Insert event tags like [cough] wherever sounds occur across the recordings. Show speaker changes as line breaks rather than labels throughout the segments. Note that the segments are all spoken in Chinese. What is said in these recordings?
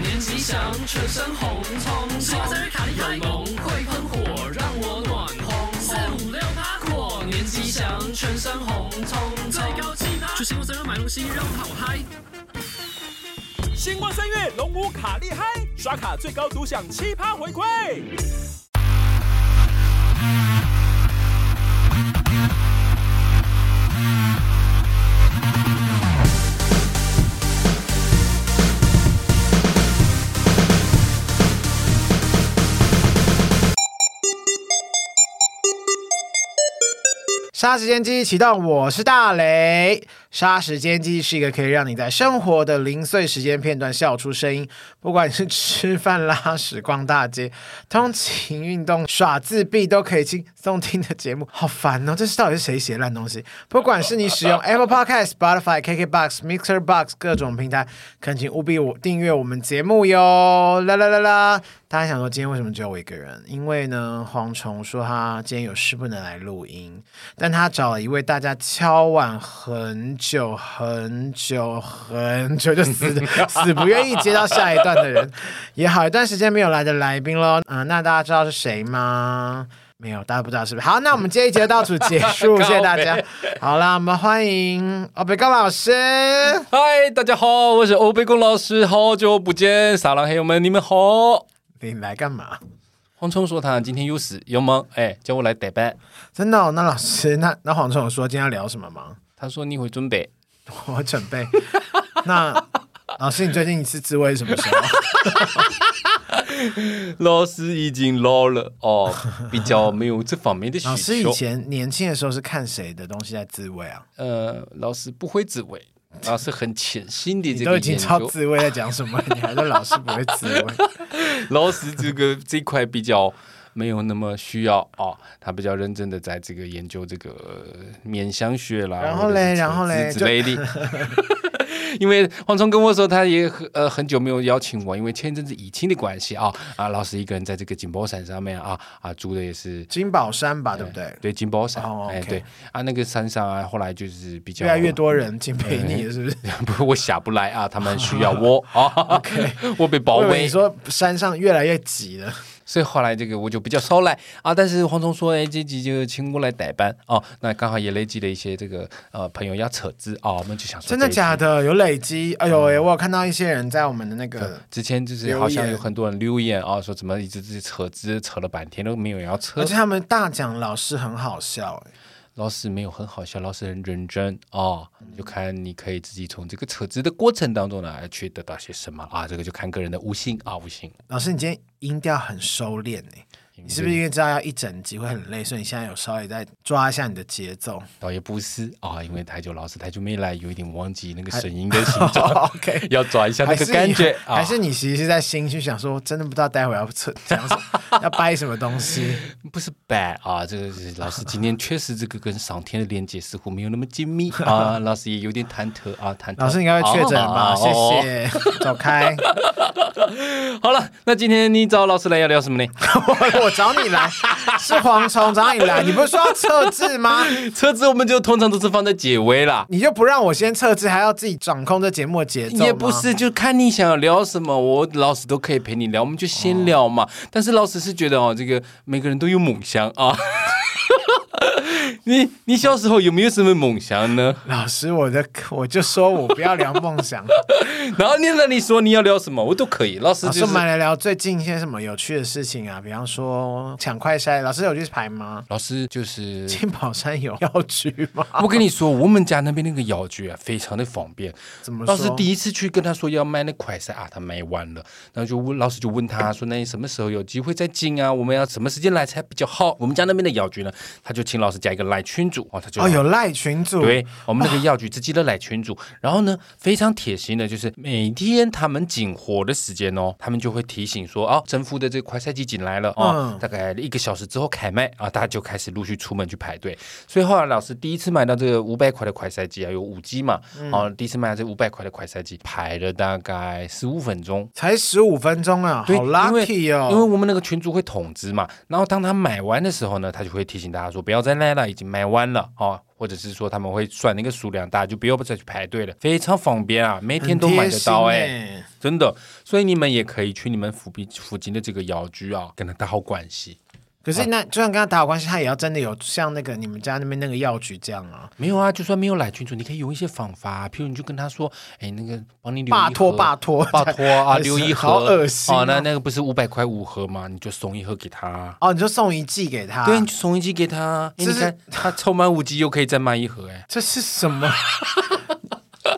年吉祥，全身红彤彤。十八生日卡利太浓，会喷火，让我暖烘。四五六趴过年吉祥，全身红彤彤。最高气趴，去星光三月买东西，让我好嗨。
星光三月龙舞卡厉害，刷卡最高独享七趴回馈。
杀时间机启动，我是大雷。杀时间机是一个可以让你在生活的零碎时间片段笑出声音，不管你是吃饭、拉屎、逛大街、通勤、运动、耍自闭，都可以轻松听的节目。好烦哦！这是到底是谁写烂东西？不管是你使用 Apple Podcast、Spotify、KKBox、Mixer Box 各种平台，恳请务必我订阅我们节目哟！啦啦啦啦！大家想说今天为什么只有我一个人？因为呢，蝗虫说他今天有事不能来录音。但他找了一位大家敲碗很久很久很久就死死不愿意接到下一段的人，也好一段时间没有来的来宾喽。嗯、那大家知道是谁吗？没有，大家不知道是不是？好，那我们这一节到此结束，谢谢大家。好啦，我们欢迎欧北高老师。
嗨，大家好，我是欧贝公老师，好久不见，撒浪嘿友们，你们好。
你来干嘛？
蝗虫说他今天有事有忙，哎，叫我来代班。
真的、哦？那老师，那 [laughs] 那黄总有说今天要聊什么吗？ [laughs]
他说你会准备，
我准 [laughs] 备。那老师，你最近一次自慰什么时 [laughs] 候？
老师已经老了哦，比较没有这方面的需求。
老师以前年轻的时候是看谁的东西在自慰啊？
呃，老师不会自慰，老师很潜心的
你
这
都
个
已经
研
知道
究。
自慰在讲什么了，你还说老师不会自慰？
老师这个这一块比较没有那么需要哦，他比较认真的在这个研究这个呃面相学啦，
然后
或者是
嘞
车
然后嘞
子之
就
类
[laughs]
的。因为黄聪跟我说，他也很呃很久没有邀请我，因为前一阵子疫情的关系啊啊，老师一个人在这个景宝山上面啊啊住的也
[laughs]
是
金宝山吧，对不对？
对，金宝山，
哦
哎，
OK
对啊，那个山上啊，后来就是比较
越来越，多人敬佩你，是不是？
[laughs] 不，我下不来啊，他们
[laughs]
需要我啊， [laughs] 我被包
我以为
围
你，说山上越来越挤 [laughs] 了，
所以后来这个我就比较少来啊。但是黄总说，哎，这集就请我来代班哦，那刚好也累积了一些这个呃朋友要扯资啊，我们就想说
真的
这一集
假的？有累积？哎呦喂，我有看到一些人在我们的那个，
之前就是
留
好像
言
有很多人留言啊，说怎么一直直扯资扯了半天都没有人要扯
而且，他们大讲老师很好笑，哎
老师没有很好笑，老师很认真啊，就看你可以自己从这个扯资的过程当中呢去得到些什么啊，这个就看个人的悟性啊，悟性。
老师你今天音调很收敛哎。你是不是因为知道要一整集会很累，所以你现在有稍微在抓一下你的节奏
[laughs]
[laughs]
倒也不是啊，因为台久老师台久没来，有一点忘记那个声音的形
[laughs]
状，
？OK，
要抓一下那
还
个
是
感觉
你
啊。
还是你其实是在心去想说，真的不知道待会要测讲什么， [laughs] 要掰什么东西。
不是 bad 啊，这个是老
[laughs]
师今天确实这个跟上天的连接似乎没有那么
[laughs]
紧密啊，老师也有点忐忑啊，忐忑。
老师应该会确诊吧？
啊
谢。谢，走开， [laughs]
哦好了，那今天你找老师来要聊什
[laughs]
么呢？
我我找你来，是蝗虫找你
[laughs]
来，你不是说要测字吗？
车子我们就通常都是放在结尾啦。
你就不让我先测字，还要自己掌控这节目的节奏吗
也不，是，就看你想要聊什么，我老师都可以陪你聊，我们就先聊
哦
嘛。但是老师是觉得哦，这个每个人都有梦想啊。 [laughs] 你你小时候有没有什么梦想呢？
老师，我的 [laughs] 我就说我不要聊梦想，
然后你那你说你要聊什么，我都可以。老师
老师
就
我
是
们来聊最近一些什么有趣的事情啊，比方说抢快筛，老师有去排吗？
老
[laughs]
师就是
金宝山有要去吗？
我跟你说，我们家那边那个药局啊，非常的方便。
怎么说？
老师第一次去跟他说要卖那快塞啊，他卖完了，然后就问老师就问他说，那你什么时候有机会再进啊？我们要什么时间来才比较好？我们家那边的药局呢，他就请老师加一个来群主哦，他就
哦，有赖群组，
对我们那个药局自己的来群主，然后呢，非常贴心的，就是每天他们进货的时间哦，他们就会提醒说，哦，正副的这个快赛季进来了哦，
嗯
大概一个小时之后开卖啊，大家就开始陆续出门去排队。所以后来老师第一次买到这个五百块的快赛季啊，有五 G 嘛，哦，第一次买到这五百块的快赛季，排了大概十五分钟。
才十五分钟啊，
对，
好 lucky
因为因为
哦！
我们那个群主会统知嘛，然后当他买完的时候呢，他就会提醒大家说不要再赖了，已经买完了哦，或者是说他们会算那个数量，大家就不要再去排队了，非常方便啊，每天
很
都
贴
买得
心
到哎、
哎。
真的。所以你们也可以去你们附近附近的这个窑居啊，跟他打好关系。
可
啊
是那就算跟他打好关系，他也要真的有像那个你们家那边那个药局这样啊，
没有啊，就算没有来群主，你可以用一些方法、譬如你就跟他说，哎，那个帮你留一
拜托
盒
拜托
拜托
[laughs]
啊，
真是
留一盒，
好恶心哦
哦。那那个不是五百块五盒嘛，你就送一盒给他。
哦，你就送一季给他，啊
对，啊你就送一季给他。哎
这
你
是
看他凑满五季又可以再卖一盒，哎，
这是什么？
[laughs]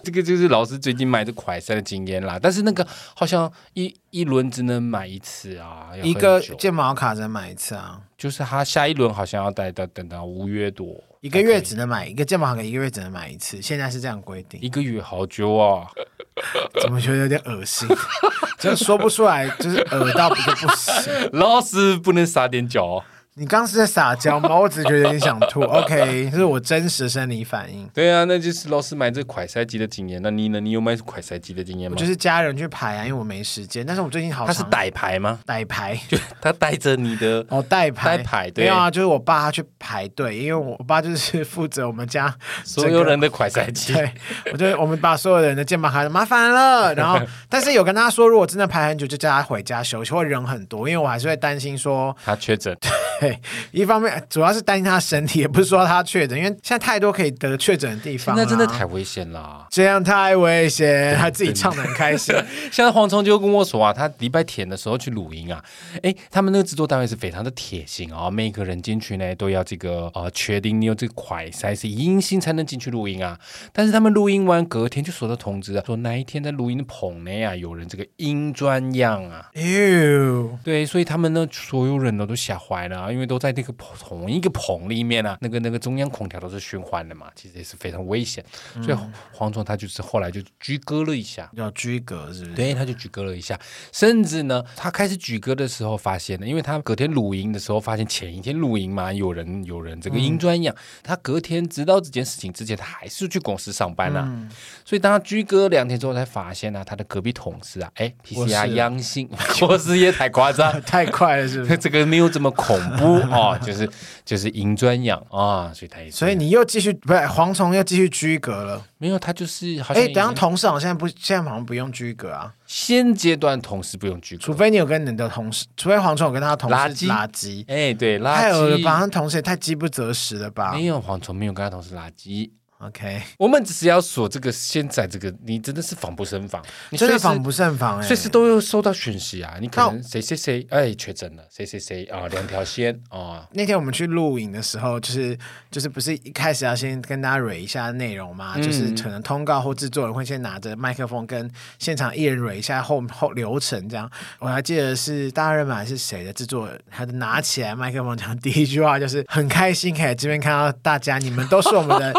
这个就是老师最近买的快餐的经验啦。但是那个好像一一轮只能买一次啊，要很
一个
久
健保卡只能买一次啊，
就是他下一轮好像要待到等到五月多，
一个月只能买一个健保卡，一个月只能买一次，现在是这样规定，
一个月好久啊。 [laughs]
怎么觉得有点恶心？ [laughs] 就说不出来，就是恶到不就不行。
老师不能撒点脚哦。
你刚刚是在撒娇吗？我只是觉得有点想
[laughs]
吐。OK，这是我真实的生理反应。
对啊，那就是老师买这快塞机的经验。那你呢？你有买快塞机的经验
我
吗？
就是家人去排啊，因为我没时间。但是我最近好
他是
常
逮牌吗？
[laughs]
[laughs]
代排，
他带着你的
哦，代排
代排对
没有啊，就是我爸他去排队，因为我爸就是负责我们家
所有人的快塞机， [laughs]
对，我就我们把所有人的键盘卡麻烦
[laughs]
了，然后但是有跟他说，如果真的排很久，就叫他回家休息，或人很多，因为我还是会担心说， [laughs]
他确诊。
嘿，一方面主要是担心他身体，也不是说他确诊，因为现在太多可以得确诊的地
现
方，
在真的太。危险啦！
这样太危险，他自己唱的很开
[laughs]
心。
现在黄聪就跟我说啊，他礼拜天的时候去录音啊，诶，他们那个制作单位是非常的贴心啊、每个人进去呢都要这个呃确定你有这个快筛是阴性才能进去录音啊。但是他们录音完隔天就收到通知啊，说那一天在录音的棚内啊有人这个阴专样啊，
哎呦，
对，所以他们呢，所有人呢都吓坏了、啊，因为都在那个棚同一个棚里面啊，那个那个中央空调都是循环的嘛，其实也是非常危险。所以黄总他就是后来就居歌了一下，
要居格是不是？
对，他就举歌了一下，甚至呢，他开始举歌的时候发现呢，因为他隔天录音的时候发现前一天录音嘛，有人有人这个
嗯
音专一样，他隔天知道这件事情之前，他还是去公司上班啦、
嗯
所以当他居歌两天之后，才发现呢、他的隔壁同事啊，哎
过世了。
，PCR 阳性，我是也太夸张
[laughs] 太快了是不是？
这个没有这么恐怖哦，就是就是银砖痒啊，所以他也
所以你又继续不是蝗虫又继续居格了。
没有，他就是好像
哎，
已
等
经
一下同事好像不现在好像不用居格啊。
先阶段同事不用鞠
除
躬，
非你有跟你的同事，除非黄虫有跟他的同事
垃圾
垃圾，
哎，对，
太
垃
恶了吧？
圾
他同事也太饥不择食了吧
没有蝗虫，没有跟他同事垃圾。
？OK，
我们只是要说这个现在这个，你真的是防不胜防，你
真的
随时
防不胜防哎、
随时都有收到讯息啊，你可
那
能谁谁谁哎确诊了，谁谁谁
[laughs]
啊两条线啊，
那天我们去录影的时候，就是就是不是一开始要先跟大家蕊一下内容
嗯
嘛？就是可能通告或制作人会先拿着麦克风跟现场艺人蕊一下后后流程这样。我还记得是大热门还是谁的制作人，他就拿起来麦克风讲第一句话就是很开心可以在这边看到大家，你们都是我们
[laughs]
的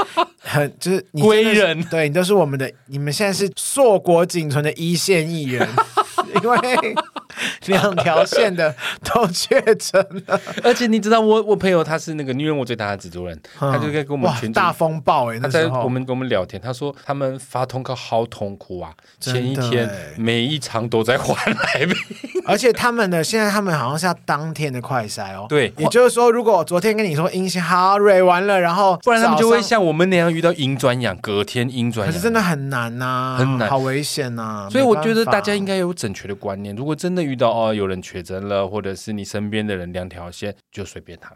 很就是你真的是
归人
对你都是我们的，你们现在是硕果仅存的一线艺人， [laughs] 因
[laughs]
为两条线的都确诊了。
而且你知道我我朋友他是那个女人我最大的制作人，
嗯
他就在跟我们
哇
群组
大风暴哎、
他
那
在
时候
我们跟我们聊天，他说他们发通告好痛苦啊，
真
前一
的
天
欸
每一场都在
[laughs]
还来宾，
而且他们的现在他们好像是要当天的快筛哦，
对
也就是说，如果昨天跟你说阴性，好蕊完了，然后
不然他们就会
早上，
像我们那样遇到阴转阳，隔天阴转
可
阳。
是真的很难呐、
很难
好危险啊呐、
所以我觉得大家应
该
该有正确的观念。如果真的遇到哦有人确诊了，或者是你身边的人两条线，就随便他。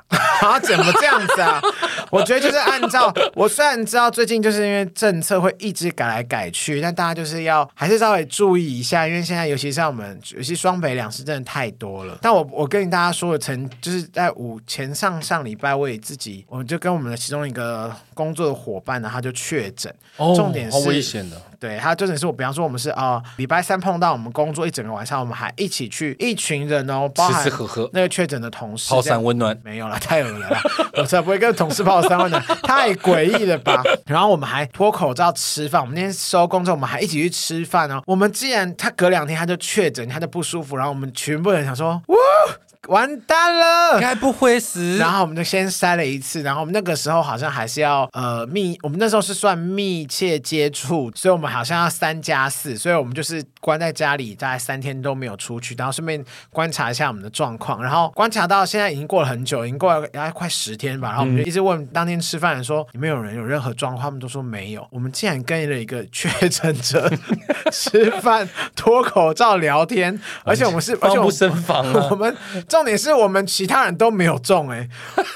啊，怎么这样子啊？ [laughs] 我觉得就是按照我虽然知道最近就是因为政策会一直改来改去，但大家就是要还是稍微注意一下，因为现在尤其像我们，尤其双北两市真的太多了。但我我跟大家说，我曾就是在五前上上礼拜，我也自己我就跟我们的其中一个工作的伙伴呢，他就确诊，重点是
好危险的，
对，他重点是我，比方说我们是啊、呃礼拜三碰到我们工作一整个晚上，我们还一起去一群人哦，包含
吃吃喝喝
那个确诊的同事
抛
这样
散温暖。
没有啦，太恶了啦！ [laughs] 我才不会跟同事泡三温暖，太诡异了吧？然后我们还脱口罩吃饭，我们那天收工之后，我们还一起去吃饭哦。我们既然他隔两天他就确诊，他就不舒服，然后我们全部人想说，哇，完蛋了。
该不会是？
然后我们就先筛了一次，然后我们那个时候好像还是要呃密，我们那时候是算密切接触，所以我们好像要三加四，所以我们就是关在家里大概三天都没有出去，然后顺便观察一下我们的状况，然后观察到现在已经过了很久，已经过了大概快十天吧，然后我们就一直问当天吃饭的人说有没有人有任何状况，他们都说没有，我们竟然跟了一个确诊者 [laughs] 吃饭，脱口罩聊天，而且我们是而
防
且我
不
们
胜
[laughs]
防
我
啊！
们重点是我们其他人都没有中哎、 [laughs]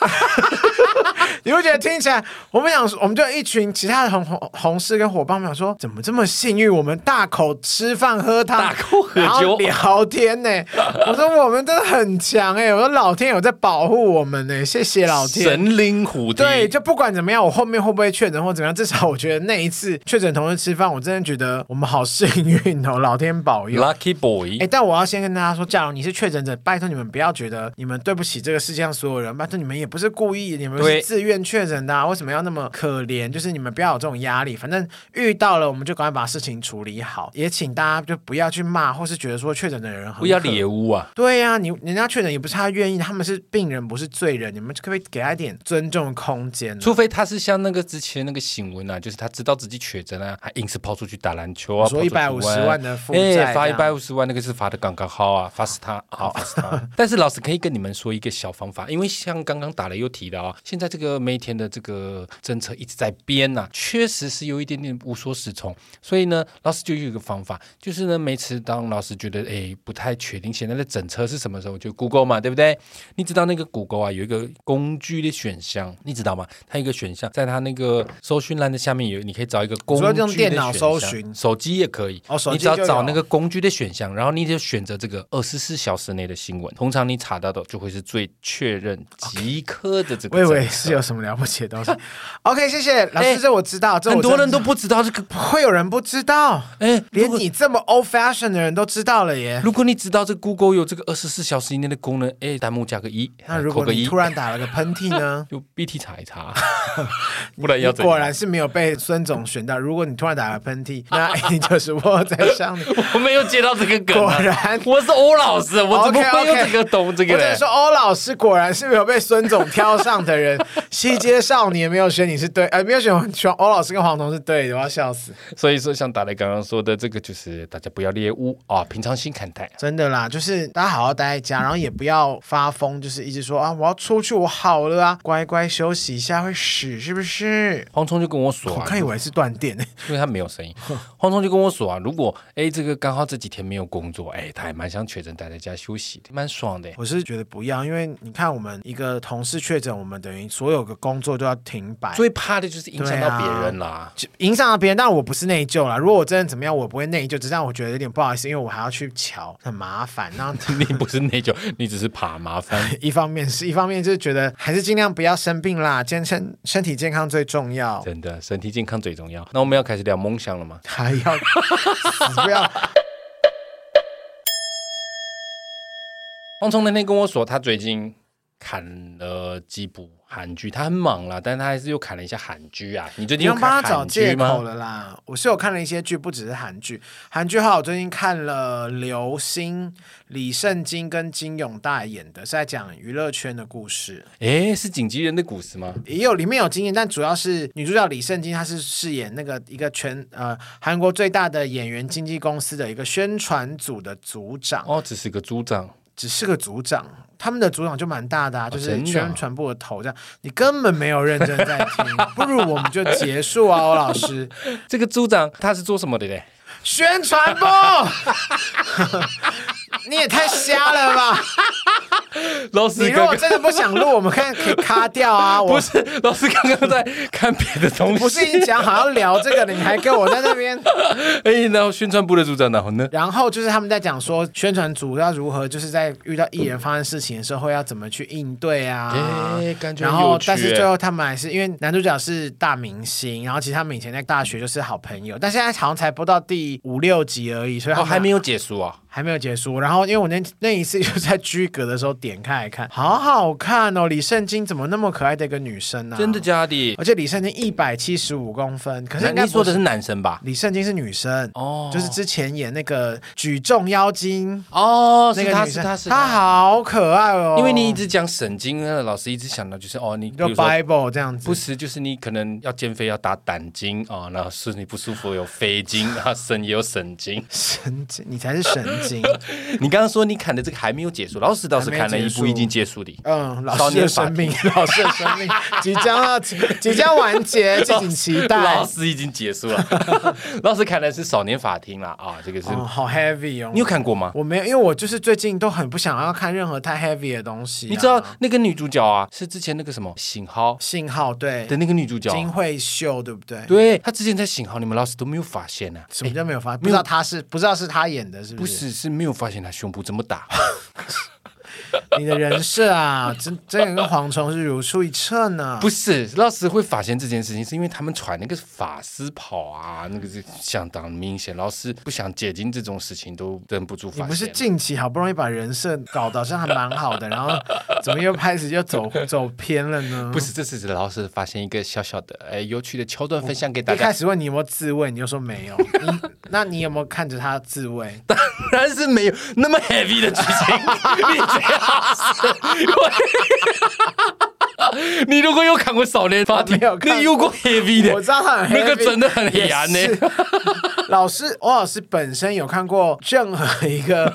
你会觉得听起来，我们想，我们就一群其他的同同同事跟伙伴们想说，怎么这么幸运？我们大口吃饭喝汤，
大口喝酒
然后聊天呢、
[laughs]
我说我们真的很强哎、我说老天有在保护我们呢、欸谢谢老天。
神灵虎地，
对，就不管怎么样，我后面会不会确诊或怎么样，至少我觉得那一次确诊同事吃饭，我真的觉得我们好幸运哦，老天保佑。
Lucky Boy，
哎、但我要先跟大家说，假如你是确诊者，拜托你们不要觉得你们对不起这个世界上所有人，拜托你们也不是故意，你们是
对
自愿确诊的、啊，为什么要那么可怜？就是你们不要有这种压力，反正遇到了我们就赶快把事情处理好，也请大家就不要去骂，或是觉得说确诊的人很
不要
可
猎物啊！
对呀、你人家确诊也不是他愿意，他们是病人，不是罪人，你们可不可以给他一点尊重的空间呢？
除非他是像那个之前那个新闻啊，就是他知道自己确诊啊，还硬是跑出去打篮球啊，
你说
跑出去玩
150万的负债这
哎、
样
罚一百五十万，那个是罚的刚刚好啊，罚死他，好罚死他。 [laughs] 但是老师可以跟你们说一个小方法，因为像刚刚打雷又提到啊，现在这个每天的这个政策一直在变呐、确实是有一点点无所适从。所以呢，老师就有一个方法，就是呢，每次当老师觉得哎不太确定现在的政策是什么时候，就 Google 嘛，对不对？你知道那个 Google 啊有一个工具的选项，你知道吗？它有一个选项在它那个搜寻栏的下面有，你可以找一个工具
说
的
用电脑
选项
搜寻
手机也可以。
哦手机
你只要
就有
找那个工具的选项，然后你就选择这个二十四小时内的新闻，通常你查到的就会是最确认即刻的这个
我以
政策。
为是有啊什么了不起的东西。OK，谢谢老师，
[laughs] 哎
这我知道，这我
很多
真的
人都不知道这个，
会有人不知道。
哎，如
连
果
你这么 old fashion 的人都知道了耶。
如果你知道这 Google 有这个二十四小时以内的功能，哎，弹幕加个一，
[laughs]
哎
那如果
扣个
你
一？
突，然打了个喷嚏呢
[laughs] 就 BT 查一
[laughs]
查，不然
你
要怎
果
样？
然是没有被孙总选到。如果你突然打了喷
[laughs]
嚏，那你就是握在上面。
我没有接到这个梗、啊，
果然
我是欧老师，我怎么
OK，OK
会有这个懂这个
我只能
嘞？
说，欧老师果然是没有被孙总挑上的人。西街少年没有选你是对，呃，没有选选欧老师跟黄铜是对的，我要笑死。
所以说，像达雷刚刚说的，这个就是大家不要猎物啊，平常心看待。
真的啦，就是大家好好待在家，然后也不要发疯，就是一直说啊，我要出去，我好了啊，乖乖休息一下会死是不是？
黄聪就跟我说、
我
啊，
看以为是断电 [laughs] 呢、
因为他没有声音。 [laughs] 黄聪就跟我说啊，如果哎这个刚好这几天没有工作，哎他还蛮想确诊待在家休息的，蛮爽的。
我是觉得不要，因为你看我们一个同事确诊，我们等于所有的工作都要停摆。
最怕的就是影响到别人啦。
就影响到别人，但我不是内疚啦。如果我真的怎么样，我不会内疚，只是让我觉得有点不好意思，因为我还要去瞧，很麻烦。然后 [laughs]
[laughs] 你不是内疚，你只是怕麻烦。
一方面是一方面就是觉得还是尽量不要生病啦，健身身体健康最重要。
真的，身体健康最重要。那我们要开始聊梦想了吗？
还要死不要
黄聪那天跟我说，他最近看了几部韩剧，他很忙啦，但他还是又看了一下韩剧啊。你最
你
近有
用帮
看
他找
韩
借
剧
口
吗？
了啦。我是有看了一些剧，不只是韩剧。韩剧的话，我最近看了《流星》，李圣经跟金永大演的，是在讲娱乐圈的故事，
诶，哎是紧急人的故事吗？
也有里面有经验，但主要是女主角李圣经，她是饰演那个一个全呃韩国最大的演员经纪公司的一个宣传组的组长，
哦，只是个组长，
只是个组长。他们的组长就蛮大的、啊，就是
真的啊
宣传部的头这样，你根本没有认真在听，不如我们就结束啊，欧老师。
这个组长他是做什么的嘞？
宣传部， [laughs] 你也太瞎了吧！
[laughs] 老
你
师
如
刚
果
刚
真的不想录，我们看可以卡掉啊。我
[laughs] 不是老师刚刚在看别的东
不
西，
是已经讲好要聊这个了，你还跟我在那边？
[laughs]
[laughs]
哎，然后宣传部的组长然后呢？
然后就是他们在讲说，宣传组要如何，就是在遇到艺人发生事情的时候，要怎么去应对啊？
哎，感觉
然
很
后
有，趣
但是最
哎。
后他们还是因为男主角是大明星，然后其实他们以前在大学就是好朋友，但现在好像才播到第五六集而已，所以他
哦，
们
还没有结束啊！
还没有结束。然后因为我那那一次 [laughs] 就在居格的时候点开来看，好好看哦，李圣经怎么那么可爱的一个女生呢、
真的，假的？
而且李圣经一百七十五公分，可是
那
应该
你
不
说的
是
是男生吧？
李圣经是女生。
哦，
就是之前演那个举重妖精
哦，
那
是
个
他
女
是
生，
他是
她好可爱哦。
因为你一直讲神经，那老师一直想到就是哦，你比
就
如说
Bible 这样子，
不时就是你可能要减肥要打胆经啊，哦然后身体不舒服有肺经 [laughs] 啊，神也有神 [laughs] 经。
神经，你才是神经。
[laughs] 你刚刚说你看的这个还没有结束，老师倒是看了一
还没结
部
束
已经结束的。
嗯，老
少
师的
年法
生命，
[laughs]
老师的生命 [laughs] 即将要即将完
[laughs]
结，敬请期待
老。师已经结束
[laughs]
了，老师看的是《少年法庭》啦啊，这个是、
哦，好 heavy 哦！
你有看过吗？
我没有，因为我就是最近都很不想要看任何太 heavy 的东西啊、
你知道那个女主角啊，是之前那个什么醒豪
信号对
的那个女主角啊、
金惠秀对不对？
对，她之前在醒豪，你们老师都没有发现呢、啊。
什么叫没有发？不知道他是不知道是他演的，是
不
不是？
是，是没有发现她胸部怎么打， [laughs]
你的人设啊， [laughs] 真真的跟蝗虫是如出一辙呢。
不是老师会发现这件事情，是因为他们穿那个法师袍啊，那个是相当明显。老师不想解禁这种事情，都忍不住
你
发
不是
现。
近期好不容易把人设搞得好像还蛮好的，然后怎么又开始又
[laughs]
走走偏了呢？
不是，这是老师发现一个小小的哎有趣的桥段，分享给大
一
家
开。始问你有没有自慰，你就说没有。你 [laughs] 那你有没有看着他自慰？
当然是没有 [laughs] 那么 heavy 的剧
[laughs]
情，你这样是。你如果有看过《少年法
[laughs]
庭
没有》，看
那有过 heavy
我知
的，
道他很 heavy,
那个真的很黑暗呢
也
[laughs]
是。老师，欧老师本身有看过任何一
[laughs]
个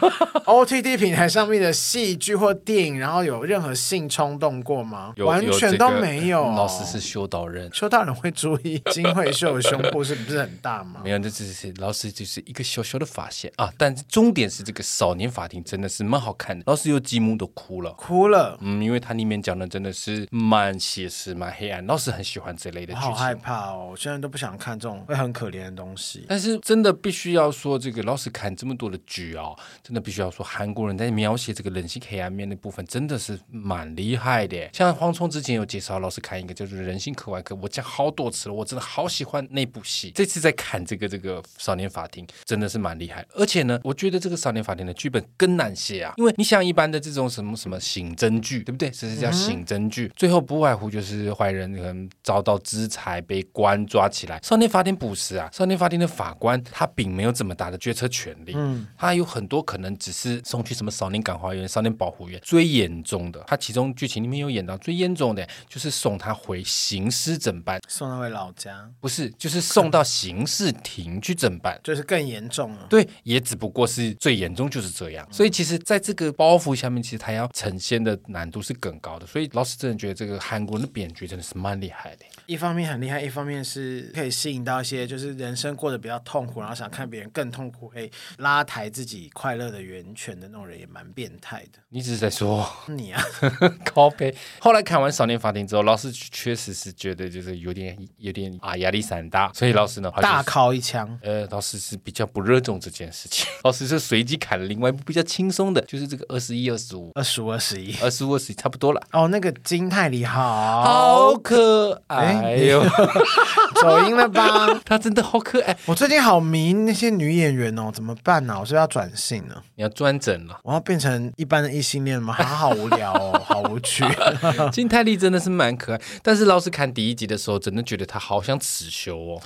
OTT 平台上面的戏剧或电影，然后有任何性冲动过吗？
有
完全都
这个嗯
没有。
老师是修道人，
说到人会注意金惠秀的胸部是不是很大吗
[laughs] 没？有，这只是老师就是一个小小的发现啊。但是重点是这个《少年法庭》真的是蛮好看的，老师有几幕都哭了。
哭了，
嗯，因为它里面讲的真的是蛮写实、蛮黑暗，老师很喜欢这类的
我
剧
好害
情。
怕哦！我现在都不想看这种会很可怜的东西。
但是真的必须要说，这个老师看这么多的剧啊、真的必须要说，韩国人在描写这个人性黑暗面的部分，真的是蛮厉害的。像黄聪之前有介绍，老师看一个叫做《人性课外课》，我讲好多次了，我真的好喜欢那部戏。这次在看这个这个《少年法庭》，真的是蛮厉害。而且呢，我觉得这个《少年法庭》的剧本更难写啊，因为你像一般的这种什么什么刑侦剧，对不对？这是叫刑侦剧，最后不外乎就是坏人可能遭到制裁，被关抓起来。少年法庭不是啊，少年法庭的法官他并没有这么大的决策权利，嗯，他有很多可能只是送去什么少年感化院、少年保护院。最严重的，他其中剧情里面有演到最严重的，就是送他回刑事侦办，
送他回老家，
不是，就是送到刑事庭去侦办。
就是更严重了。
对，也只不过是最严重就是这样。所以其实在这个包袱下面，其实他要呈现的难度是更高的。所以老师真的觉得这个韩国人的编剧真的是蛮厉害的。
一方面很厉害，一方面是可以吸引到一些就是人生过得比较痛苦，然后想看别人更痛苦，可以拉抬自己快乐的源泉的那种人，也蛮变态的。
你只是在说 [laughs]
你啊，
高飞。后来看完《少年法庭》之后，老师确实是觉得就是有点有点啊压力山大，所以老师呢他就是
大靠一枪，
呃，老师是比较不热衷这件事情，老师是随机砍了另外一部比较轻松的，就是这个二十一、二十五、
二十五、二十一。
二十五、二十一差不多了。
哦，那个金泰梨好，
好可爱哟、
走音了吧？
哎
[laughs]
[laughs] 他真的好可爱。
我最近好迷那些女演员哦，怎么办呢、我是不是要转性呢？
你要专整了。
我要变成一般的异性恋吗？好好无聊哦，好无趣。 [laughs]
[laughs] 金泰利真的是蛮可爱，但是老师看第一集的时候，真的觉得他好像刺绣哦，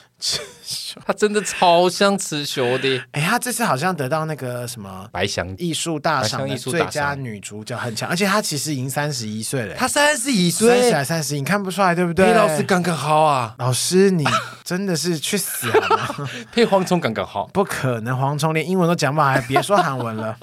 他真的超像刺绣的。
哎，她这次好像得到那个什么
白翔，
艺术大赏
好像
的
艺术
最
大赏
佳女主角很强，而且她其实已经三十一岁了，
他三十一
三十
岁，
还三十，你看不出来对不对？
配老师，刚刚好啊，
老师你真的是去死好
[laughs]
吗？
配蝗虫刚刚好。 [laughs]
不可能，蝗虫连英文都讲不好，还别说韩文了。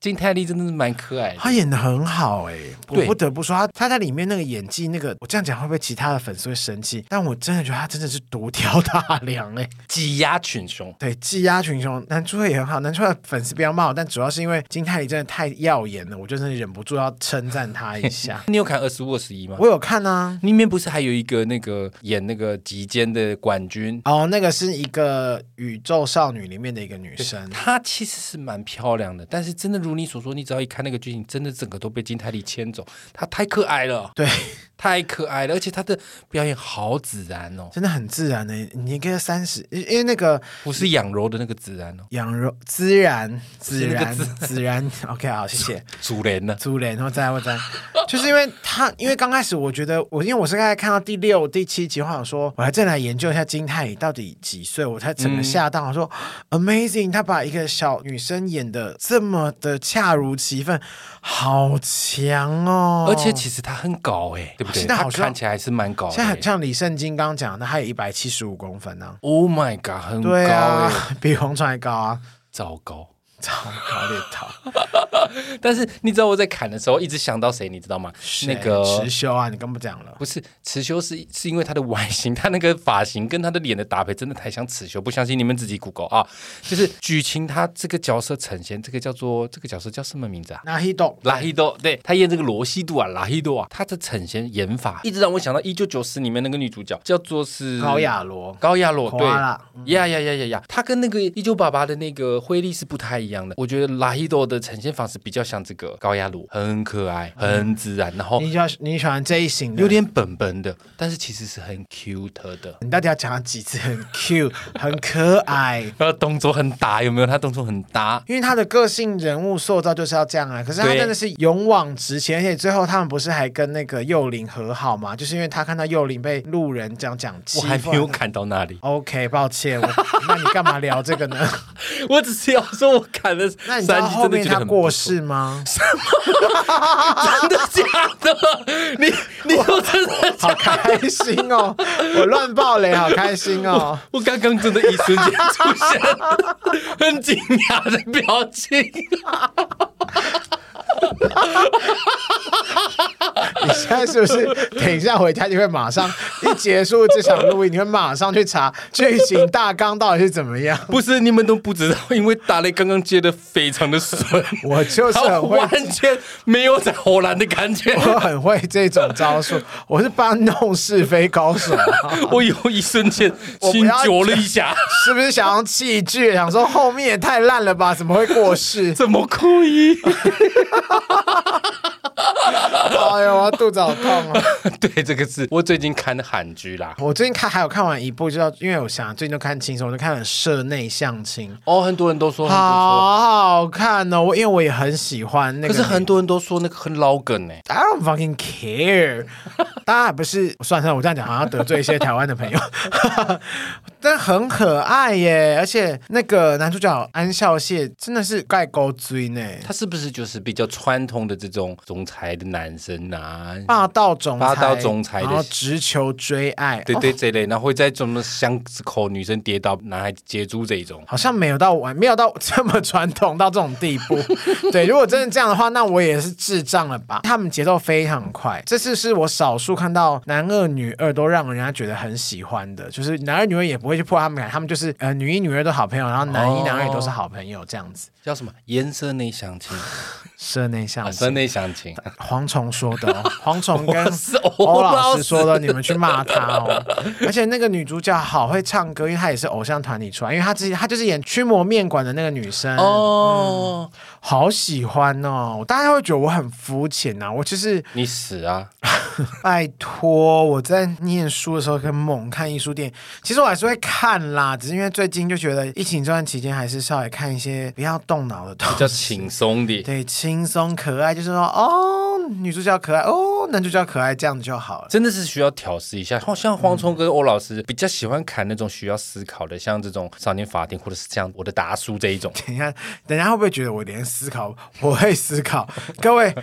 金泰利真的是蛮可爱的。
她演的很好哎、我
对
不得不说，她她在里面那个演技，那个我这样讲会不会其他的粉丝会生气？但我真的觉得她真的是独挑大梁哎、
挤压群雄，。
对，技压群雄，男主角也很好，男主角的粉丝不要骂我，但主要是因为金泰梨真的太耀眼了，我就真的忍不住要称赞她一下
[laughs] 你有看二十五、二十一吗？
我有看啊，
里面不是还有一个那个演那个极间的冠军，
哦，那个是一个宇宙少女里面的一个女生，
她其实是蛮漂亮的，但是真的如你所说，你只要一看那个剧情，真的整个都被金泰利牵走，她太可爱了。
对， [laughs]
太可爱了，而且他的表演好自然哦。
真的很自然的、你个月三十，因因为那个
不是养柔的那个孜然哦，
羊肉孜
[laughs]
然孜
是那个
然孜然
[laughs]
，OK，好，谢谢。
主人呢？
租嘞，然后再来会再来， [laughs] 就是因为他，因为刚开始我觉得我，因为我是刚才看到第六、第七集，我想说，我还正来研究一下金泰梨到底几岁，我才整个吓
嗯
到，我说哦 amazing，他把一个小女生演的这么的恰如其分，好强哦！
而且其实他很高哎，对不对？
现在
他
好像
看起来还是蛮高的
现在
欸。
很像李圣经刚讲的，他有一百七十五公分呢、
Oh my god，很高
对啊
哎，，
[laughs] 比洪川还高啊， [laughs]
糟糕。
超高的头，
但是你知道我在砍的时候一直想到谁，你知道吗？那个
谁持修啊，你跟不讲了。
不是刺修是是因为他的外形， [laughs] 他那个发型跟他的脸的搭配真的太像刺修，不相信你们自己 Google 啊！就是举琴他这个角色呈现，这个叫做这个角色叫什么名字啊？
那 he 懂，
拉希多，对他演这个罗西度啊，拉希多啊，他的呈现演法一直让我想到一九九四里面那个女主角，叫做是
高雅罗，
高亚洛，对，
Koala，
呀呀呀呀呀，他跟那个一九八八的那个惠利是不太一样的。我觉得拉希多的呈现方式比较像这个高亚洛，很可爱，很自然，然后
你喜欢你喜欢这一型的
哦有点本本的，但是其实是很 cute 的。
你到底要讲几次？很 Q，很可爱。
然后动作很大，有没有？他动作很大，
因为他的个性人物塑造就是要这样啊，可是他
对
真的是勇往直前，而且最后他们不是还跟那个幼林和好嘛？就是因为他看到幼林被路人这样讲欺
我
负，
还没有砍到那里， [laughs]
OK，抱歉，我那你干嘛聊这个呢？
我只是要说我砍了
那
三
你
集，
知道后
真的
面
觉得
他
很
过世
[laughs]
吗？
真的假的？你你说真的？
好开心哦！ [laughs] 我乱爆雷，好开心
[laughs]
哦！
我刚刚真的一瞬间出现了很惊讶的表情。
你现在是不是等一下回家你会马上一结束这场录音，你会马上去查剧情大纲到底是怎么
[laughs]
样？
不是你们都不知道，因为大雷刚刚接的非常的顺，
我就是
他
很会
完全没有在荷兰的感觉。
我很会这种招数，我是搬弄是非高手，
[laughs] 我有一瞬间
我不
心
要
揪了一下，
是不是想要弃剧？想说后面也太烂了吧，怎么会过
[laughs]
世？
怎么可以？
哎呦，我肚子好痛啊！
对，这个是我最近看的韩剧啦。
我最近看还有看完一部，就叫因为我想最近都看轻松，我就看了《社内相亲
哦，很多人都》，说很不错，
好好看哦！我因为我也很喜欢那个，
可是很多人都说那个很老梗欸呢、
I don't fucking care。当 [laughs] 然不是，算了算了，我这样讲好像得罪一些台湾的朋友， [laughs] 但很可爱耶！而且那个男主角安孝燮真的是盖高追呢，
他是不是就是比较传统的这种总裁的男生啊？
霸道总裁，
霸道总裁的
然后直求追爱，
对
哦
对，这类，然后会在什么巷子口女生跌倒，男孩子接住这一种。
好像没有到完，没有到这么传统到这种地
[laughs]
步。对，如果真的这样的话，那我也是智障了吧？他们节奏非常快，这次是我少数看到男二女二都让人家觉得很喜欢的，就是男二女二也不会去破他们感，他们就是呃女一女二都好朋友，然后男一
哦
男二也都是好朋友这样子。
叫什么？颜色内相亲，
社内相
啊，
亲
色内相亲。
蝗虫说
[laughs]
的、哦，蝗虫跟
我是 [laughs]
欧
欧
老
老
师
师
说的，你们去骂他哦。而且那个女主角好会唱歌，因为她也是偶像团体出来，因为她之前她就是演《驱魔面馆》的那个女生，
哦，
好喜欢哦。大家会觉得我很肤浅呐、我就是
你死啊！
拜托，我在念书的时候跟猛看艺术电影，其实我还是会看啦，只是因为最近就觉得疫情这段期间，还是稍微看一些不要动脑的东
比较
西。
轻松的。
对，轻松可爱，就是说哦，女主角可爱，哦，男主角可爱，这样就好了。
真的是需要调试一下，好像黄聪跟欧老师比较喜欢看那种需要思考的，像这种少年法庭或者是像我的达叔这一种。
等一下，等一下会不会觉得我连思考？我会思考， [laughs] 各位，